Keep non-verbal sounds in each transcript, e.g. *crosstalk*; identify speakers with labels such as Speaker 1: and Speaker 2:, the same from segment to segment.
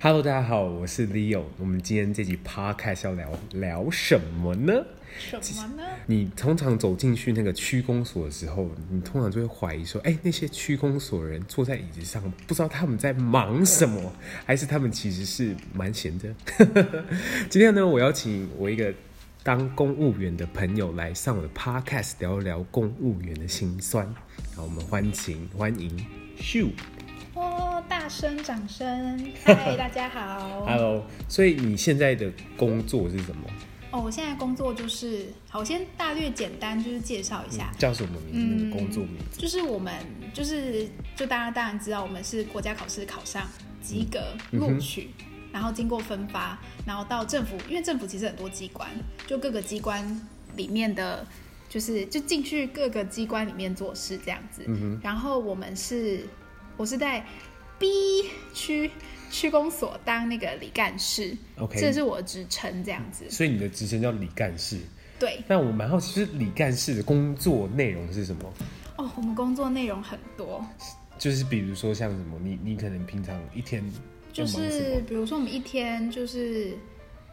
Speaker 1: Hello，大家好，我是 Leo。我们今天这集 Podcast 要聊聊什么呢？
Speaker 2: 什么呢？
Speaker 1: 你通常走进去那个区公所的时候，你通常就会怀疑说，哎、那些区公所人坐在椅子上，不知道他们在忙什么，还是他们其实是蛮闲的。 *laughs* 今天呢，我邀请我一个当公务员的朋友来上我的 podcast 聊一聊公务员的辛酸。好，我们欢迎欢迎秀。
Speaker 2: 哦，大声掌声！嗨，大家好。
Speaker 1: Hello，所以你现在的工作是什么？
Speaker 2: 哦，我现在工作就是，好，我先大略简单就是介绍一下，
Speaker 1: 叫什么名字？那个工作名字？
Speaker 2: 就是我们就是就大家当然知道，我们是国家考试考上及格录取。然后经过分发，然后到政府，因为政府其实很多机关，就各个机关里面的，就是就进去各个机关里面做事这样子。然后我们是，我是在 B 区区公所当那个理干事
Speaker 1: OK
Speaker 2: 这是我的职称这样子。
Speaker 1: 所以你的职称叫李干事。
Speaker 2: 对，
Speaker 1: 那我蛮好奇，就是李干事的工作内容是什么？
Speaker 2: 哦，我们工作内容很多，
Speaker 1: 就是比如说像什么，你你可能平常一天要忙
Speaker 2: 就
Speaker 1: 什
Speaker 2: 是
Speaker 1: 么？
Speaker 2: 比如说我们一天就是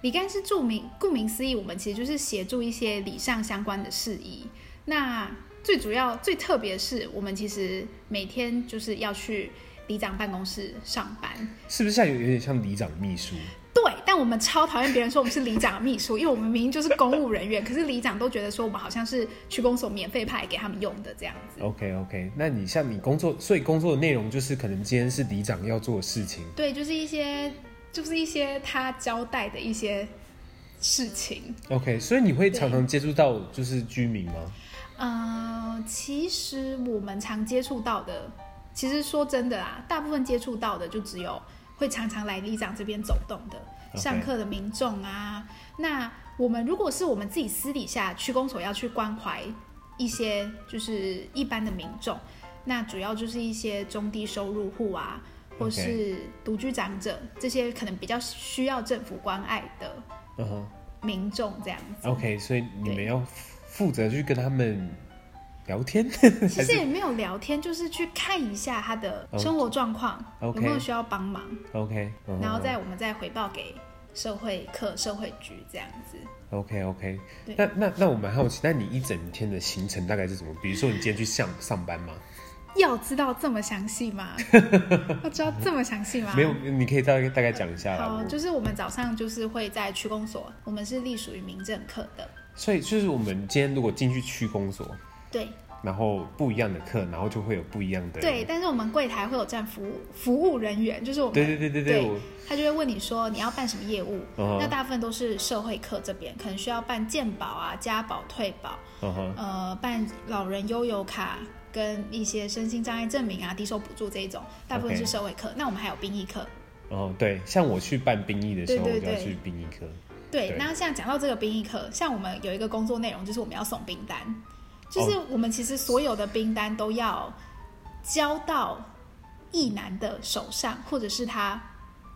Speaker 2: 李干是著名，顾名思义，我们其实就是协助一些礼尚相关的事宜。那最主要、最特别是，我们其实每天就是要去里长办公室上班。
Speaker 1: 是不是像有有点像里长秘书？
Speaker 2: 对，但我们超讨厌别人说我们是里长的秘书，因为我们明明就是公务人员，可是里长都觉得说我们好像是区公所免费派给他们用的这样子。
Speaker 1: OK OK，那你像你工作，所以工作的内容就是可能今天是里长要做的事情，
Speaker 2: 对，就是一些，就是一些他交代的一些事情。
Speaker 1: OK，所以你会常常接触到就是居民吗？
Speaker 2: 呃，其实我们常接触到的，其实说真的啊，大部分接触到的就只有会常常来里长这边走动的
Speaker 1: OK
Speaker 2: 上课的民众啊。那我们如果是我们自己私底下区公所要去关怀一些就是一般的民众，那主要就是一些中低收入户啊，或
Speaker 1: OK
Speaker 2: 是独居长者这些可能比较需要政府关爱的
Speaker 1: 嗯哼
Speaker 2: 民众这样子。
Speaker 1: ，OK，所以你们
Speaker 2: 对
Speaker 1: 要负责去跟他们聊天， *laughs*
Speaker 2: *laughs* 其实也没有聊天，就是去看一下他的生活状况
Speaker 1: 哦
Speaker 2: 有
Speaker 1: ，OK
Speaker 2: 没有需要帮忙，
Speaker 1: OK，嗯哼
Speaker 2: 然后再我们再回报给社会课社会局这样子。
Speaker 1: OK OK，
Speaker 2: 对
Speaker 1: 那那那我蛮好奇，那你一整天的行程大概是怎么？比如说你今天去上上班吗？
Speaker 2: 要知道这么详
Speaker 1: *laughs*
Speaker 2: 细吗？要知道这么详细吗？
Speaker 1: 没有，。你可以大概大概讲一下啦。
Speaker 2: 好，
Speaker 1: 我
Speaker 2: 就是我们早上就是会在区公所，我们是隶属于民政课的，
Speaker 1: 所以就是我们今天如果进去区公所，
Speaker 2: 对
Speaker 1: 然后不一样的课，然后就会有不一样的
Speaker 2: 对，但是我们柜台会有站服务服务人员，就是我们
Speaker 1: 对对对对对我
Speaker 2: 他就会问你说你要办什么业务，
Speaker 1: 嗯
Speaker 2: 那大部分都是社会课这边，可能需要办健保啊、家保、退保，
Speaker 1: 嗯哼
Speaker 2: 呃，办老人悠游卡跟一些身心障碍证明啊、低收补助这一种，大部分
Speaker 1: OK
Speaker 2: 是社会课。那我们还有兵役课。
Speaker 1: 哦对，像我去办兵役的时候，
Speaker 2: 对对
Speaker 1: 我就要
Speaker 2: 对
Speaker 1: 去兵役课。
Speaker 2: 对
Speaker 1: 对，
Speaker 2: 那像讲到这个兵役课，像我们有一个工作内容就是我们要送兵单，
Speaker 1: 哦
Speaker 2: 就是我们其实所有的兵单都要交到役男的手上，或者是他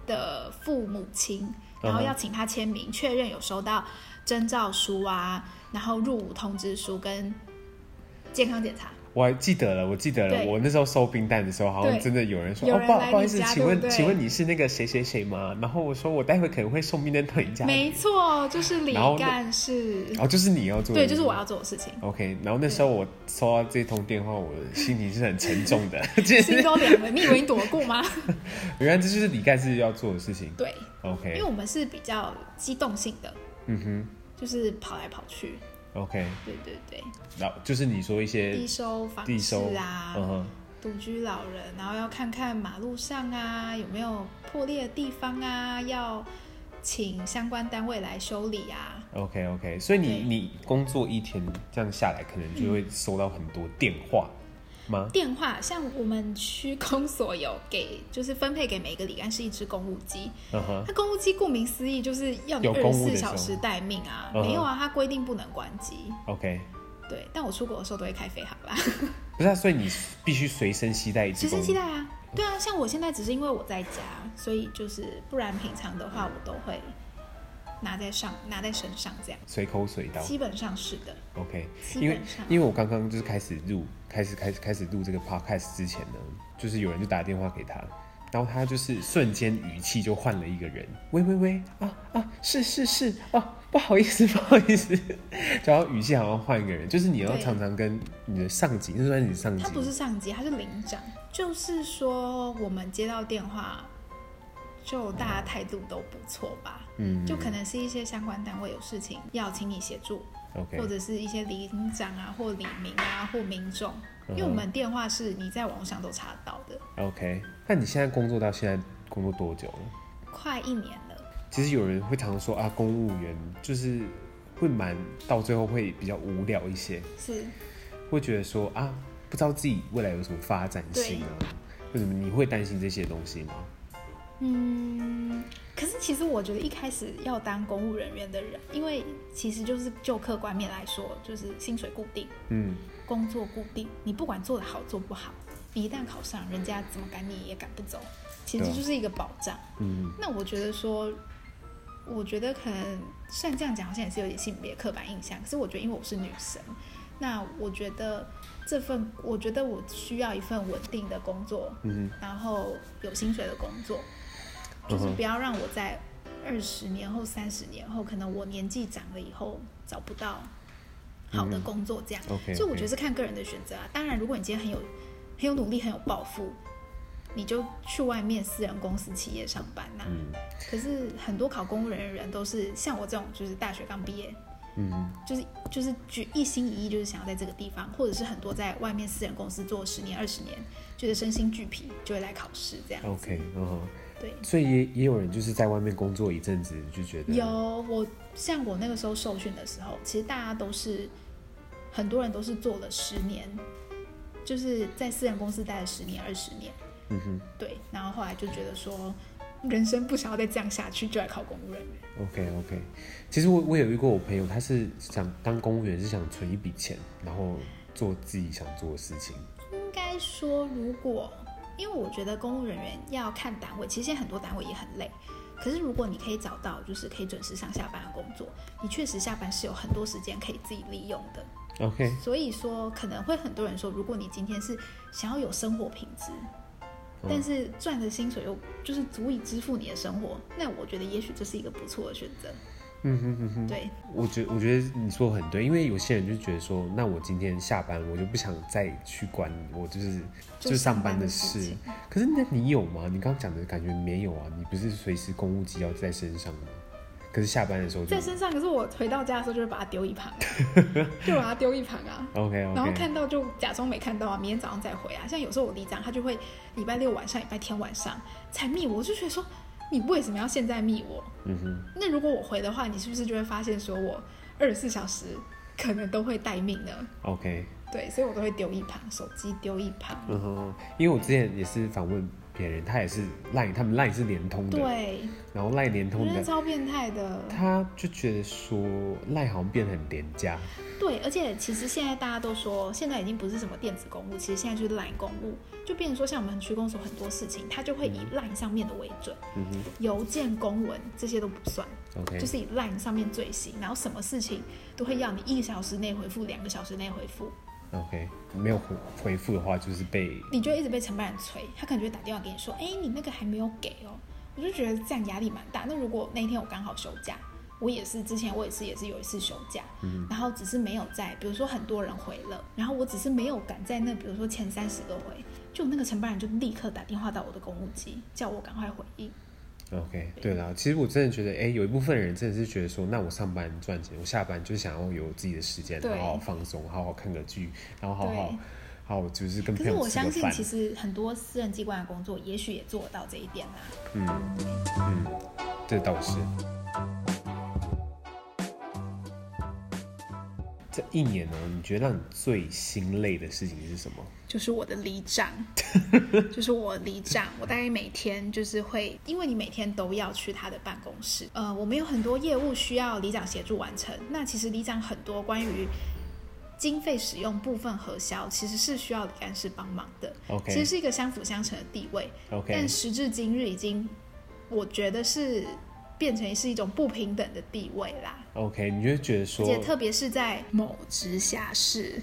Speaker 2: 的父母亲，然后
Speaker 1: 嗯哼
Speaker 2: 要请他签名，确认有收到征召书啊，然后入伍通知书跟健康检查。
Speaker 1: 我还记得了，我记得了，
Speaker 2: 对
Speaker 1: 我那时候收冰蛋的时候，好像
Speaker 2: 对
Speaker 1: 真的有人说：“
Speaker 2: 有
Speaker 1: 哦，
Speaker 2: 人
Speaker 1: 不好
Speaker 2: 来你
Speaker 1: 不好意思，
Speaker 2: 家
Speaker 1: 请问
Speaker 2: 对不对
Speaker 1: 请问你是那个谁谁谁吗？”然后我说：“我待会可能会送冰蛋到你家。”
Speaker 2: 没错，就是李
Speaker 1: 然后那
Speaker 2: 干事，
Speaker 1: 哦，就是你要做的
Speaker 2: 对，就是
Speaker 1: 事
Speaker 2: 我要做的事情，
Speaker 1: OK，然后那时候我收到这通电话，我的心情是很沉重
Speaker 2: *laughs*
Speaker 1: 的。这
Speaker 2: 心
Speaker 1: 是
Speaker 2: 都凉了。你以为你躲得过
Speaker 1: *laughs*
Speaker 2: 吗？
Speaker 1: 原来这就是李干事要做的事情。
Speaker 2: 对，因为
Speaker 1: OK，
Speaker 2: 我们是比较机动性的，
Speaker 1: 嗯
Speaker 2: 就是跑来跑去，
Speaker 1: 哼，OK，
Speaker 2: 对对对，
Speaker 1: 然后就是你说一些
Speaker 2: 低收房
Speaker 1: 地
Speaker 2: 市
Speaker 1: 收，
Speaker 2: 啊，
Speaker 1: 嗯哼，
Speaker 2: 独居老人，然后要看看马路上啊有没有破裂的地方啊，要请相关单位来修理啊。
Speaker 1: ，OK OK，所以你
Speaker 2: 对
Speaker 1: 你工作一天这样下来，可能就会收到很多电话吗？
Speaker 2: 电话像我们区公所有给，就是分配给每个里干是一支公务机，
Speaker 1: 嗯哼，
Speaker 2: 那公务机顾名思义就是要你
Speaker 1: 有
Speaker 2: 二
Speaker 1: 公
Speaker 2: 十
Speaker 1: 务的
Speaker 2: 四
Speaker 1: 时候
Speaker 2: 小时待命啊，
Speaker 1: 嗯哼
Speaker 2: 没有啊，它规定不能关机。
Speaker 1: ，OK，
Speaker 2: 对，但我出国的时候都会开飞航啦，
Speaker 1: 不是、啊，所以你必须随身携带一支
Speaker 2: *laughs* 随身
Speaker 1: 公
Speaker 2: 携带啊。对啊，像我现在只是因为我在家，所以就是不然平常的话我都会拿在上拿在身上这样，
Speaker 1: 随口随到。
Speaker 2: 基本上是的。
Speaker 1: OK，
Speaker 2: 基
Speaker 1: 因为
Speaker 2: 本上
Speaker 1: 因为我刚刚就是开始录，开始开始开始录这个 podcast 之前呢，就是有人就打电话给他，然后他就是瞬间语气就换了一个人，喂喂喂，啊啊，是是是，啊，不好意思 *laughs* 不好意思，然后语气好像换一个人，就是你要
Speaker 2: 对
Speaker 1: 常常跟你的上级，那算你的上级
Speaker 2: 他
Speaker 1: 吗，
Speaker 2: 不是上级，他是领长。就是说，我们接到电话，就大家态度都不错吧。
Speaker 1: 嗯
Speaker 2: 就可能是一些相关单位有事情要请你协助，
Speaker 1: ，OK，
Speaker 2: 或者是一些领长啊，或李明啊，或民众。因为
Speaker 1: 嗯哼
Speaker 2: 我们电话是你在网络上都查得到的，
Speaker 1: OK，那你现在工作到现在工作多久了？
Speaker 2: 快一年了。
Speaker 1: 其实有人会常说啊，公务员就是会蛮到最后会比较无聊一些，
Speaker 2: 是，
Speaker 1: 会觉得说啊，不知道自己未来有什么发展性啊，为什么你会担心这些东西吗？
Speaker 2: 嗯，可是其实我觉得一开始要当公务人员的人，因为其实就是就客观面来说，就是薪水固定，
Speaker 1: 嗯，
Speaker 2: 工作固定，你不管做得好做不好，你一旦考上，人家怎么赶你也赶不走，其实
Speaker 1: 对啊
Speaker 2: 就是一个保障。
Speaker 1: 嗯，
Speaker 2: 那我觉得说，我觉得可能虽然这样讲好像也是有点性别刻板印象，可是我觉得因为我是女生，那我觉得这份我觉得我需要一份稳定的工作，
Speaker 1: 嗯
Speaker 2: 然后有薪水的工作，就是
Speaker 1: 嗯哼
Speaker 2: 不要让我在二十年后、三十年后，可能我年纪长了以后找不到好的工作这样。
Speaker 1: 嗯 OK，
Speaker 2: 所以我
Speaker 1: OK
Speaker 2: 觉得是看个人的选择啊。当然，如果你今天很有很有努力、很有抱负，你就去外面私人公司、企业上班呐、
Speaker 1: 嗯
Speaker 2: 可是很多考公务人员的人都是像我这种，就是大学刚毕业，
Speaker 1: 嗯
Speaker 2: 就是就是举一心一意，就是想要在这个地方，或者是很多在外面私人公司做十年、二十年，觉得身心俱疲，就会来考试这样。
Speaker 1: ，OK，嗯哼，
Speaker 2: 对，
Speaker 1: 所以也也有人就是在外面工作一阵子就觉得
Speaker 2: 有我像我那个时候受训的时候，其实大家都是很多人都是做了十年，就是在私人公司待了十年、二十年，
Speaker 1: 嗯哼
Speaker 2: 对，然后后来就觉得说。人生不想要再这样下去，就来考公务人员。
Speaker 1: ，OK OK，其实我我有遇过我朋友，他是想当公务员是想存一笔钱，然后做自己想做的事情，
Speaker 2: 应该说，如果因为我觉得公务人员要看单位，其实现在很多单位也很累。可是如果你可以找到就是可以准时上下班的工作，你确实下班是有很多时间可以自己利用的。
Speaker 1: OK，
Speaker 2: 所以说，可能会很多人说，如果你今天是想要有生活品质，
Speaker 1: 嗯
Speaker 2: 但是赚的薪水又就是足以支付你的生活，那我觉得也许这是一个不错的选择。
Speaker 1: 嗯哼嗯哼。
Speaker 2: 对，
Speaker 1: 我觉我觉得你说得很对，因为有些人就觉得说，那我今天下班我就不想再去管我就是
Speaker 2: 就
Speaker 1: 就上
Speaker 2: 上班
Speaker 1: 班的
Speaker 2: 的事
Speaker 1: 事
Speaker 2: 情。
Speaker 1: 可是那你有吗？你刚刚讲的感觉没有啊？你不是随时公务机要在身上吗？可是下班的时候就
Speaker 2: 在身上，可是我回到家的时候就会把它丢一
Speaker 1: *laughs*
Speaker 2: 旁、啊，就把它丢一旁啊。
Speaker 1: OK
Speaker 2: 然后
Speaker 1: OK
Speaker 2: 看到就假装没看到啊，明天早上再回啊。像有时候我离长，他就会礼拜六晚上、礼拜天晚上才密我，我就觉得说你为什么要现在密我？
Speaker 1: 嗯哼
Speaker 2: 那如果我回的话，你是不是就会发现说我二十四小时可能都会待命呢？
Speaker 1: OK
Speaker 2: 对，所以我都会丢一旁，手机丢一旁。
Speaker 1: 嗯哼，因为我之前也是访问别人，他也是 line，他们 line 是联通的，
Speaker 2: 对，
Speaker 1: 然后 line 联
Speaker 2: 我
Speaker 1: 通
Speaker 2: 觉得
Speaker 1: 的，
Speaker 2: 超变态的。
Speaker 1: 他就觉得说 line 好像变得很廉价，
Speaker 2: 对，而且其实现在大家都说，现在已经不是什么电子公务，其实现在就是 LINE 公务，就变成说像我们区公所很多事情，它就会以 LINE 上面的为准，
Speaker 1: 嗯哼哎
Speaker 2: 邮件、公文这些都不算。
Speaker 1: OK
Speaker 2: 就是以 LINE 上面最新，然后什么事情都会要你一个小时内回复，两个小时内回复，
Speaker 1: OK 没有回回复的话就是被
Speaker 2: 你就一直被承办人催，他可能就会打电话给你说，哎、你那个还没有给哦，我就觉得这样压力蛮大。那如果那一天我刚好休假，我也是之前我也是也是有一次休假，
Speaker 1: 嗯
Speaker 2: 然后只是没有在，比如说很多人回了，然后我只是没有赶在那，比如说前三十个回，就那个承办人就立刻打电话到我的公务机，叫我赶快回应。
Speaker 1: OK，对啦，其实我真的觉得，哎、有一部分人真的是觉得说，那我上班赚钱，我下班就是想要有自己的时间，
Speaker 2: 对
Speaker 1: 好好放松，好好看个剧，然后好好
Speaker 2: 对
Speaker 1: 好好就是跟
Speaker 2: 可
Speaker 1: 朋
Speaker 2: 是
Speaker 1: 友
Speaker 2: 我
Speaker 1: 吃个
Speaker 2: 相信，
Speaker 1: 饭
Speaker 2: 其。实很多私人机关的工作，也许也做得到这一点啊啦、
Speaker 1: 嗯嗯，这倒是。这一年呢，你觉得让你最心累的事情是什么？
Speaker 2: 就是我的里
Speaker 1: *laughs*
Speaker 2: 长，就是我里长，我大概每天就是会，因为你每天都要去他的办公室，呃，我们有很多业务需要里长协助完成。那其实里长很多关于经费使用部分核销，其实是需要里干事帮忙的
Speaker 1: OK
Speaker 2: 其实是一个相辅相成的地位。
Speaker 1: OK
Speaker 2: 但时至今日已经，我觉得是变成是一种不平等的地位啦。
Speaker 1: OK，你就会觉得说
Speaker 2: 而且特别是在某直辖市，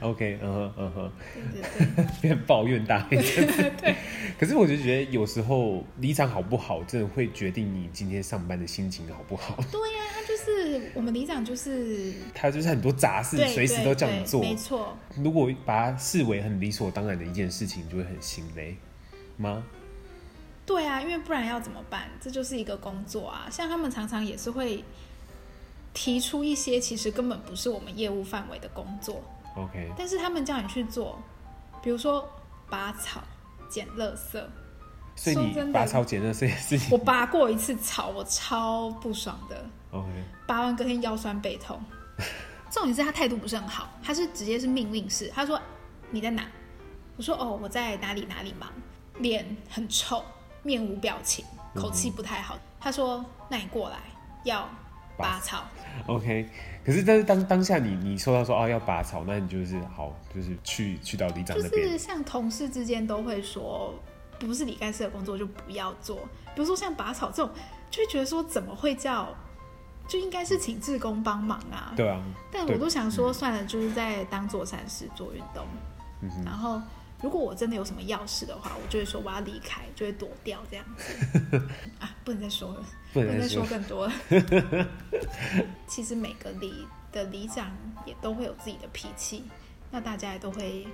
Speaker 1: ，OK，嗯哼嗯哼，
Speaker 2: 对对对， *laughs*
Speaker 1: 变抱怨大会。 *laughs* 可是我就觉得有时候离场好不好，真的会决定你今天上班的心情好不好。 *laughs*
Speaker 2: 对呀、他就是我们里长就是
Speaker 1: 他就是很多杂事，
Speaker 2: 对
Speaker 1: 随时
Speaker 2: 对
Speaker 1: 都叫
Speaker 2: 对
Speaker 1: 你做。
Speaker 2: 没错，
Speaker 1: 如果把它视为很理所当然的一件事情，就会很心累吗？
Speaker 2: 对啊，因为不然要怎么办？这就是一个工作啊。像他们常常也是会提出一些其实根本不是我们业务范围的工作，
Speaker 1: OK，
Speaker 2: 但是他们叫你去做，比如说拔草、捡垃圾。
Speaker 1: 所以
Speaker 2: 说
Speaker 1: 你
Speaker 2: 真的
Speaker 1: 拔草节那这件事
Speaker 2: *laughs*
Speaker 1: 情
Speaker 2: 我拔过一次草，我超不爽的，
Speaker 1: ，OK，
Speaker 2: 拔完隔天腰酸背痛。重点是他态度不是很好，他是直接是命令式，他说你在哪？我说哦我在哪里哪里忙，脸很臭，面无表情，口
Speaker 1: 嗯
Speaker 2: 气不太好。他说那你过来要拔草，
Speaker 1: OK，可是但是当当下你你收到说哦要拔草，那你就是好，就是去去到里长
Speaker 2: 就
Speaker 1: 那边
Speaker 2: 是像同事之间都会说，不是理干事的工作就不要做。比如说像拔草这种，就会觉得说怎么会叫，就应该是请志工帮忙啊。
Speaker 1: 对啊，
Speaker 2: 但
Speaker 1: 对
Speaker 2: 我都想说，算了，就是在当做善事做运动。
Speaker 1: 嗯哼
Speaker 2: 然后，如果我真的有什么要事的话，我就会说我要离开，就会躲掉这样子。
Speaker 1: *laughs*
Speaker 2: 啊，不能再说了，
Speaker 1: 不
Speaker 2: 不
Speaker 1: 能
Speaker 2: 能
Speaker 1: 再
Speaker 2: 再
Speaker 1: 说
Speaker 2: 说更多了。
Speaker 1: *laughs*
Speaker 2: 其实每个里的里长也都会有自己的脾气，那大家也都会，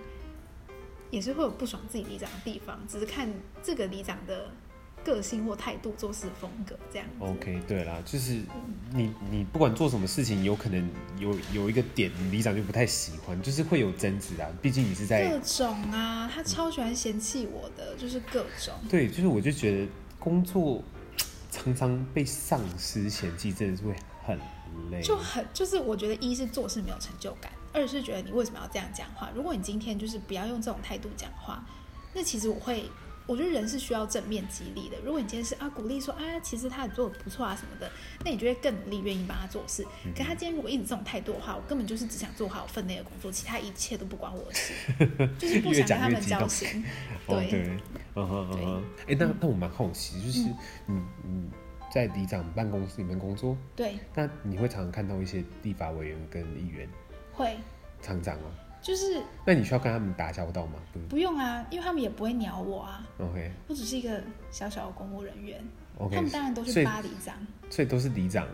Speaker 2: 也是会有不爽自己里长的地方，只是看这个里长的个性或态度、做事风格这样子。
Speaker 1: OK，对啦，就是你你不管做什么事情，有可能有有一个点，你里长就不太喜欢，就是会有争执啊。毕竟你是在
Speaker 2: 各种啊，他超喜欢嫌弃我的，就是各种。
Speaker 1: 对，就是我就觉得工作常常被上司嫌弃，真的是会很累。
Speaker 2: 就很就是我觉得一是做事没有成就感，二是觉得你为什么要这样讲话？如果你今天就是不要用这种态度讲话，那其实我会，我觉得人是需要正面激励的。如果你今天是啊鼓励说啊，其实他也做的不错啊什么的，那你就会更努力，愿意帮他做事。
Speaker 1: 嗯
Speaker 2: 可他今天如果一直这种态度的话，我根本就是只想做好我分内的工作，其他一切都不关我
Speaker 1: *laughs*
Speaker 2: 的事，就是不想跟他
Speaker 1: 越讲越
Speaker 2: 们
Speaker 1: 激动
Speaker 2: 交心。
Speaker 1: 哦
Speaker 2: 对，
Speaker 1: 对，嗯哼嗯
Speaker 2: 对嗯
Speaker 1: 哼。哎、那那我蛮好奇，就是你你在里长办公室里面工作，
Speaker 2: 对，
Speaker 1: 那你会常常看到一些立法委员跟议员
Speaker 2: 会
Speaker 1: 常常哦、
Speaker 2: 就是
Speaker 1: 那你需要跟他们打交道吗？对不
Speaker 2: 不用啊，因为他们也不会鸟我啊，
Speaker 1: 对？OK
Speaker 2: 我只是一个小小的公务人员。
Speaker 1: OK，
Speaker 2: 他们当然都
Speaker 1: 所
Speaker 2: 是
Speaker 1: 以
Speaker 2: 巴黎长，
Speaker 1: 所以都是里长，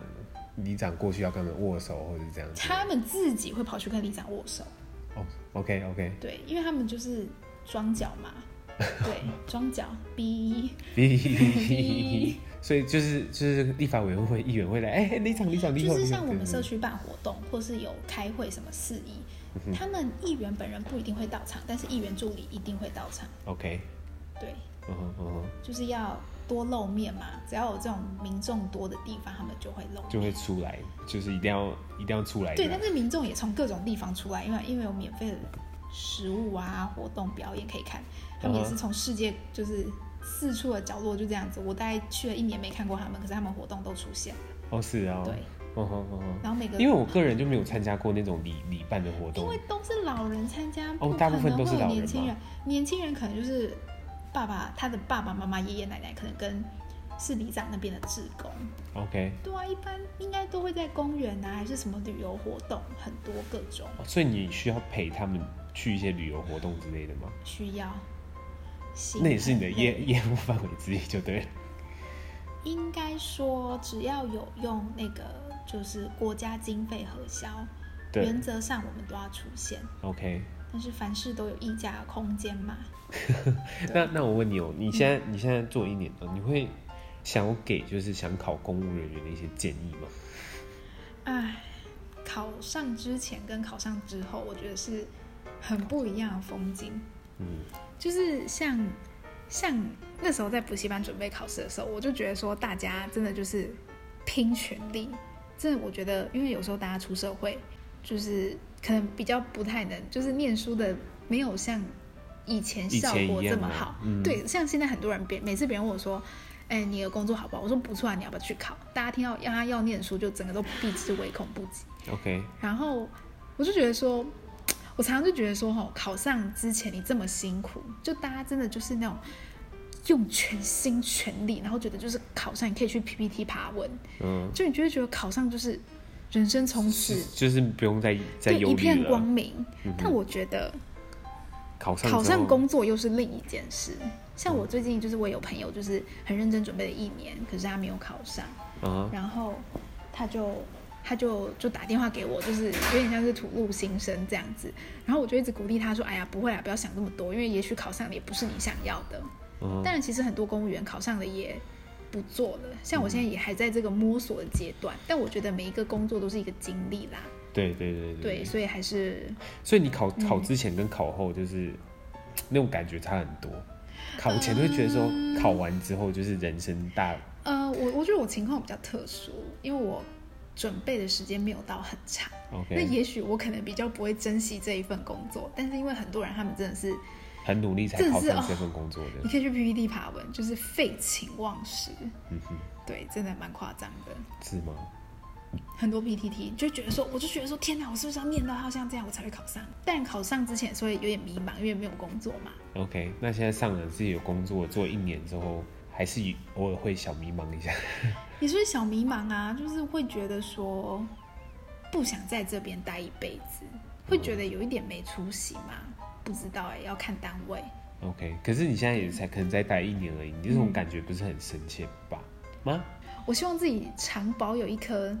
Speaker 1: 里长过去要跟他们握手或者这样子。
Speaker 2: 他们自己会跑去跟里长握手，
Speaker 1: 哦，OK OK，
Speaker 2: 对，因为他们就是装脚
Speaker 1: *laughs*
Speaker 2: 嘛，对，装脚 E 逼，
Speaker 1: 咦 *laughs* 所以就是就是立法委员会议员会来，哎、里长里长里
Speaker 2: 就
Speaker 1: 长，
Speaker 2: 是
Speaker 1: 里长
Speaker 2: 像我们
Speaker 1: 对
Speaker 2: 社区办活动或是有开会什么事宜，
Speaker 1: 嗯
Speaker 2: 他们议员本人不一定会到场，但是议员助理一定会到场，
Speaker 1: OK，
Speaker 2: 对，
Speaker 1: 嗯哼嗯哼，
Speaker 2: 就是要多露面嘛，只要有这种民众多的地方，他们就会露面。
Speaker 1: 就会出来，就是一定要一定要出来。
Speaker 2: 对，
Speaker 1: 这样
Speaker 2: 但是民众也从各种地方出来，因为因为有免费的食物啊、活动表演可以看，他们也
Speaker 1: 嗯
Speaker 2: 是
Speaker 1: 哼
Speaker 2: 从世界就是四处的角落就这样子。我大概去了一年没看过他们，可是他们活动都出现了。
Speaker 1: 哦是啊、哦，
Speaker 2: 对，
Speaker 1: 嗯哼嗯哼。
Speaker 2: 然后每个
Speaker 1: 因为我个人就没有参加过那种礼礼办的活
Speaker 2: 因
Speaker 1: 动
Speaker 2: 为，都是老人参加，不
Speaker 1: 哦大
Speaker 2: 可
Speaker 1: 部分
Speaker 2: 能
Speaker 1: 都
Speaker 2: 会
Speaker 1: 是老
Speaker 2: 有
Speaker 1: 人
Speaker 2: 年轻
Speaker 1: 嘛
Speaker 2: 人。年轻人可能就是爸爸他的爸爸妈妈、爷爷奶奶，可能跟是里长那边的志工。
Speaker 1: OK，
Speaker 2: 对啊，一般应该都会在公园啊，还是什么旅游活动，很多各种。
Speaker 1: 哦所以你需要陪他们去一些旅游活动之类的吗？
Speaker 2: 需要。行
Speaker 1: 那也是你的
Speaker 2: 很累
Speaker 1: 业业务范围之一，就对了。
Speaker 2: 应该说，只要有用那个就是国家经费核销，
Speaker 1: 对
Speaker 2: 原则上我们都要出现。
Speaker 1: ，OK，
Speaker 2: 但是凡事都有议价的空间嘛。
Speaker 1: 那那我问你哦，你现在、
Speaker 2: 嗯
Speaker 1: 你现在做一年了，你会想要给就是想考公务人员的一些建议吗？
Speaker 2: 唉，考上之前跟考上之后，我觉得是很不一样的风景。
Speaker 1: 嗯，
Speaker 2: 就是像像那时候在补习班准备考试的时候，我就觉得说大家真的就是拼全力，真的我觉得，因为有时候大家出社会，就是可能比较不太能，就是念书的没有像以前效果这么
Speaker 1: 以前一样
Speaker 2: 好
Speaker 1: 啊。嗯
Speaker 2: 对，像现在很多人别每次别人问我说。哎，你的工作好不好？我说不错啊，你要不要去考？大家听到要他要念书，就整个都避之唯恐不及。
Speaker 1: OK，
Speaker 2: 然后我就觉得说，我常常就觉得说，吼，考上之前你这么辛苦，就大家真的就是那种用全心全力，然后觉得就是考上，你可以去 PPT 爬文，
Speaker 1: 嗯，
Speaker 2: 就你就会觉得考上就是人生从此
Speaker 1: 就是不用再再
Speaker 2: 对
Speaker 1: 犹
Speaker 2: 一
Speaker 1: 豫
Speaker 2: 片光
Speaker 1: 了。
Speaker 2: 明。但我觉得
Speaker 1: 考上嗯
Speaker 2: 考
Speaker 1: 之
Speaker 2: 上
Speaker 1: 后
Speaker 2: 工作又是另一件事。像我最近就是我有朋友就是很认真准备了一年，可是他没有考上，
Speaker 1: 啊，
Speaker 2: 然后他就他就就打电话给我，就是有点像是吐露心声这样子。然后我就一直鼓励他说：“哎呀，不会啊，不要想这么多，因为也许考上的也不是你想要的。
Speaker 1: 嗯
Speaker 2: 当然，其实很多公务员考上的也不做了。像我现在也还在这个摸索的阶段，但我觉得每一个工作都是一个经历啦，
Speaker 1: 对对对
Speaker 2: 对，嗯所以还是
Speaker 1: 所以你考考之前跟考后就是那种感觉差很多。考前都会觉得说，
Speaker 2: 嗯
Speaker 1: 考完之后就是人生大
Speaker 2: 呃，我我觉得我情况比较特殊，因为我准备的时间没有到很长。那
Speaker 1: OK，
Speaker 2: 也许我可能比较不会珍惜这一份工作，但是因为很多人他们真的是，
Speaker 1: 很努力才
Speaker 2: 真的
Speaker 1: 考
Speaker 2: 是
Speaker 1: 上
Speaker 2: 哦
Speaker 1: 这份工作的
Speaker 2: 你。可以去 PPT 爬文，就是废寝忘食，
Speaker 1: 嗯哼，
Speaker 2: 对，真的蛮夸张的。
Speaker 1: 是吗？
Speaker 2: 很多 PPT 就觉得说，我就觉得说，天哪，我是不是要念到好像这样我才会考上？但考上之前，所以有点迷茫，因为没有工作嘛。
Speaker 1: OK，那现在上了自己有工作做一年之后，还是偶尔会小迷茫一下。
Speaker 2: 也是小迷茫啊，就是会觉得说，不想在这边待一辈子，会觉得有一点没出息嘛。不知道哎、要看单位。
Speaker 1: OK，可是你现在也才可能再待一年而已，你这种感觉不是很深切吧？吗？
Speaker 2: 我希望自己常保有一颗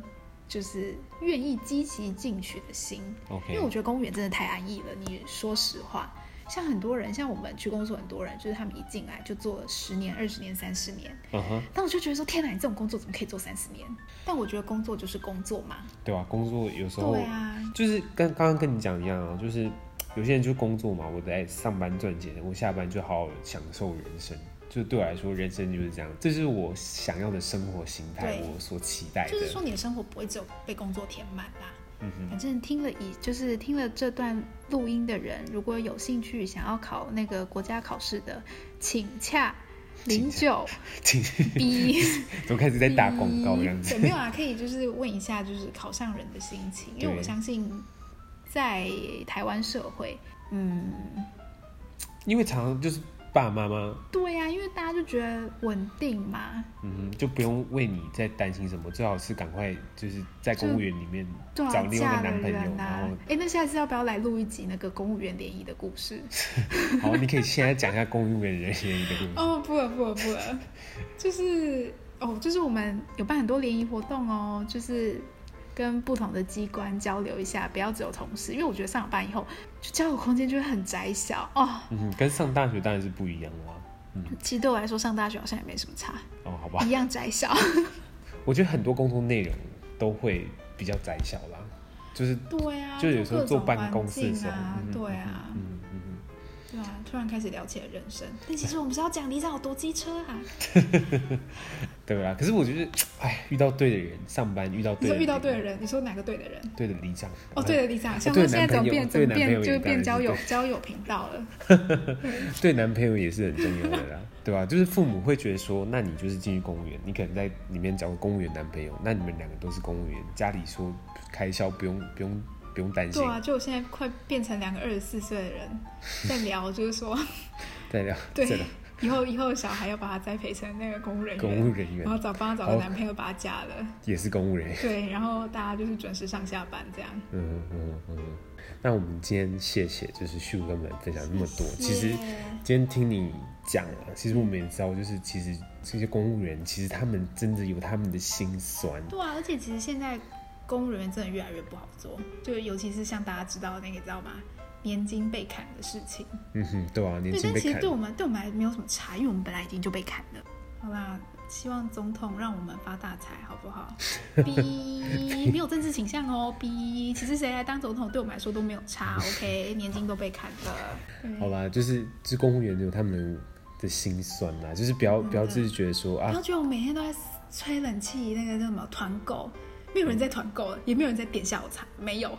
Speaker 2: 就是愿意积极进取的心，因
Speaker 1: OK，
Speaker 2: 为我觉得公务员真的太安逸了。你说实话，像很多人，像我们去公所，很多人就是他们一进来就做了十年、二十年、三十年，
Speaker 1: 嗯哼，
Speaker 2: 但我就觉得说，天哪，你这种工作怎么可以做三十年？但我觉得工作就是工作嘛，
Speaker 1: 对哦吧、工作有时候
Speaker 2: 对啊，
Speaker 1: 就是跟刚刚跟你讲一样啊，就是有些人就工作嘛，我在上班赚钱，我下班就好好享受人生。就对我来说，人生就是这样，这是我想要的生活形态，
Speaker 2: 对
Speaker 1: 我所期待的。
Speaker 2: 就是说你的生活不会只有被工作填满啦。
Speaker 1: 嗯哼，
Speaker 2: 反正听了以就是听了这段录音的人，如果有兴趣想要考那个国家考试的，请洽零
Speaker 1: 请
Speaker 2: 九
Speaker 1: 请 *laughs*
Speaker 2: B
Speaker 1: 怎么开始在打广告这样子
Speaker 2: 对，？没有啊，可以就是问一下，就是考上人的心情，因为
Speaker 1: 对
Speaker 2: 我相信在台湾社会，嗯，
Speaker 1: 因为常常就是爸爸妈妈，
Speaker 2: 对呀、因为大家就觉得稳定嘛，
Speaker 1: 嗯哼，就不用为你在担心什么，最好是赶快就是在公务员里面
Speaker 2: 对啊
Speaker 1: 找，另外一
Speaker 2: 嫁
Speaker 1: 个
Speaker 2: 了
Speaker 1: 男朋友，
Speaker 2: 人啊
Speaker 1: 然后。
Speaker 2: 哎，那下次要不要来录一集那个公务员联谊的故
Speaker 1: *laughs*
Speaker 2: 事？
Speaker 1: 好，你可以现在讲一下公务员人员的故事。
Speaker 2: 哦，不了不了不了，就是哦，就是我们有办很多联谊活动哦，就是跟不同的机关交流一下，不要只有同事，因为我觉得上了班以后，就交友空间就会很窄小哦。
Speaker 1: 嗯哼，跟上大学当然是不一样啦、
Speaker 2: 其实对我来说，上大学好像也没什么差，
Speaker 1: 哦，好吧
Speaker 2: 一，样窄
Speaker 1: *laughs*
Speaker 2: 小。
Speaker 1: 我觉得很多工作内容都会比较窄小啦，就是
Speaker 2: 对啊，
Speaker 1: 就有时候
Speaker 2: 各
Speaker 1: 坐
Speaker 2: 种
Speaker 1: 办公室的时候
Speaker 2: 环境啊，
Speaker 1: 嗯
Speaker 2: 对啊，
Speaker 1: 嗯嗯嗯，
Speaker 2: 对啊，突然开始聊起了人生。但其实我们是要讲里长有多机车啊，
Speaker 1: 对啦。可是我觉得，哎，遇到对的人，上班遇到对
Speaker 2: 你说
Speaker 1: 的人，
Speaker 2: 遇到对的人，你说哪个对的人？
Speaker 1: 对的里长，
Speaker 2: 哦，对的，里长，像
Speaker 1: 对
Speaker 2: 说现在怎么
Speaker 1: 男朋友
Speaker 2: 变怎么
Speaker 1: 对男朋友
Speaker 2: 变，
Speaker 1: 也
Speaker 2: 就是
Speaker 1: 当然
Speaker 2: 变
Speaker 1: 是
Speaker 2: 交友
Speaker 1: 对
Speaker 2: 交友频道了。
Speaker 1: 对男朋友也是很重要的
Speaker 2: *laughs*
Speaker 1: 啦，对吧？就是父母会觉得说，那你就是进去公务员，你可能在里面找个公务员男朋友，那你们两个都是公务员，家里说开销不用不用不用担心
Speaker 2: 对，啊，就我现在快变成两个二十四岁的人，在聊，就是说，
Speaker 1: 再聊
Speaker 2: 对
Speaker 1: 再聊
Speaker 2: 以后以后小孩要把他栽培成那个公务人
Speaker 1: 公务
Speaker 2: 员，
Speaker 1: 人员
Speaker 2: 然后找帮他找个
Speaker 1: 好
Speaker 2: 男朋友把他嫁了，
Speaker 1: 也是公务人员。
Speaker 2: 对，然后大家就是准时上下班这样。
Speaker 1: 嗯嗯嗯，那我们今天谢谢，就是旭跟我们分享那么多。其实今天听你讲啊，其实我们也知道，就是其实这些公务员，其实他们真的有他们的辛酸。
Speaker 2: 对啊，而且其实现在公务人员真的越来越不好做，就尤其是像大家知道的那个，你知道吗？年金被砍的事情，
Speaker 1: 嗯哼，对啊，年
Speaker 2: 对，
Speaker 1: 轻
Speaker 2: 但
Speaker 1: 被
Speaker 2: 其
Speaker 1: 砍
Speaker 2: 实对。我们对我们还没有什么差，因为我们本来已经就被砍了。好啦，希望总统让我们发大财，好
Speaker 1: *laughs*
Speaker 2: 不好？逼，没有政治倾向哦，逼。其实谁来当总统对我们来说都没有差
Speaker 1: *laughs*
Speaker 2: ，OK，年金都被砍了。
Speaker 1: 好啦，就是这公务员有他们的辛酸啦，就是不
Speaker 2: 啊
Speaker 1: 要不要自己觉得说
Speaker 2: 不
Speaker 1: 啊
Speaker 2: 要，觉得我每天都在吹冷气，那个叫什么团购，没有人在团购了，也没有人在点下午茶，没
Speaker 1: *laughs*
Speaker 2: 有，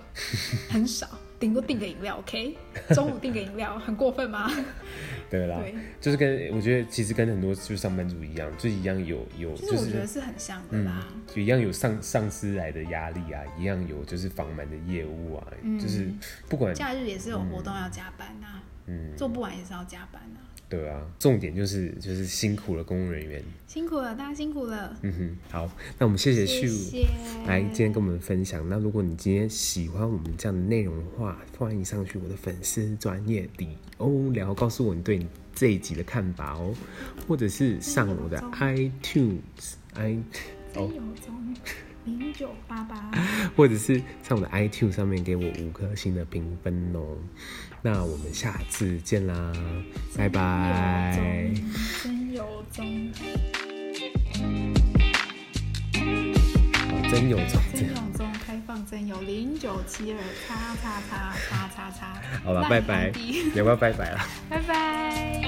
Speaker 2: 很少，顶多订个饮料，OK？中午订个饮料，很过分吗？
Speaker 1: 对啦，
Speaker 2: 对，
Speaker 1: 就是跟我觉得其实跟很多就是上班族一样，就一样有有
Speaker 2: 就是
Speaker 1: 就
Speaker 2: 我觉得
Speaker 1: 是。
Speaker 2: 是很像的
Speaker 1: 嗯
Speaker 2: 啦。，
Speaker 1: 就一样有上上司来的压力啊，一样有就是房门的业务啊，
Speaker 2: 嗯
Speaker 1: 就是不管
Speaker 2: 假日也是有活动要加班呐、啊
Speaker 1: 嗯
Speaker 2: 做不完也是要加班呐、
Speaker 1: 对啊，重点就是就是辛苦了公务人员。
Speaker 2: 辛苦了，大家辛苦了，
Speaker 1: 嗯哼，好，那我们谢谢
Speaker 2: 谢
Speaker 1: 秀
Speaker 2: 谢。
Speaker 1: 来今天跟我们分享。那如果你今天喜欢我们这样的内容的话，欢迎上去我的粉丝专业里欧聊，告诉我你对你这一集的看法哦，或者是上我的哦 iTunes i
Speaker 2: 真有种零九八八，
Speaker 1: 或者是上我的 iTunes 上面给我五颗星的评分哦。那我们下次见啦，拜拜。
Speaker 2: 真有种，真有种。
Speaker 1: 哦真有种，
Speaker 2: 真有中开放真有零九七二叉叉叉叉叉叉。
Speaker 1: 好了，*laughs*
Speaker 2: 烂
Speaker 1: 拜拜
Speaker 2: 堂弟，
Speaker 1: 你要不要拜拜啦？
Speaker 2: 拜拜。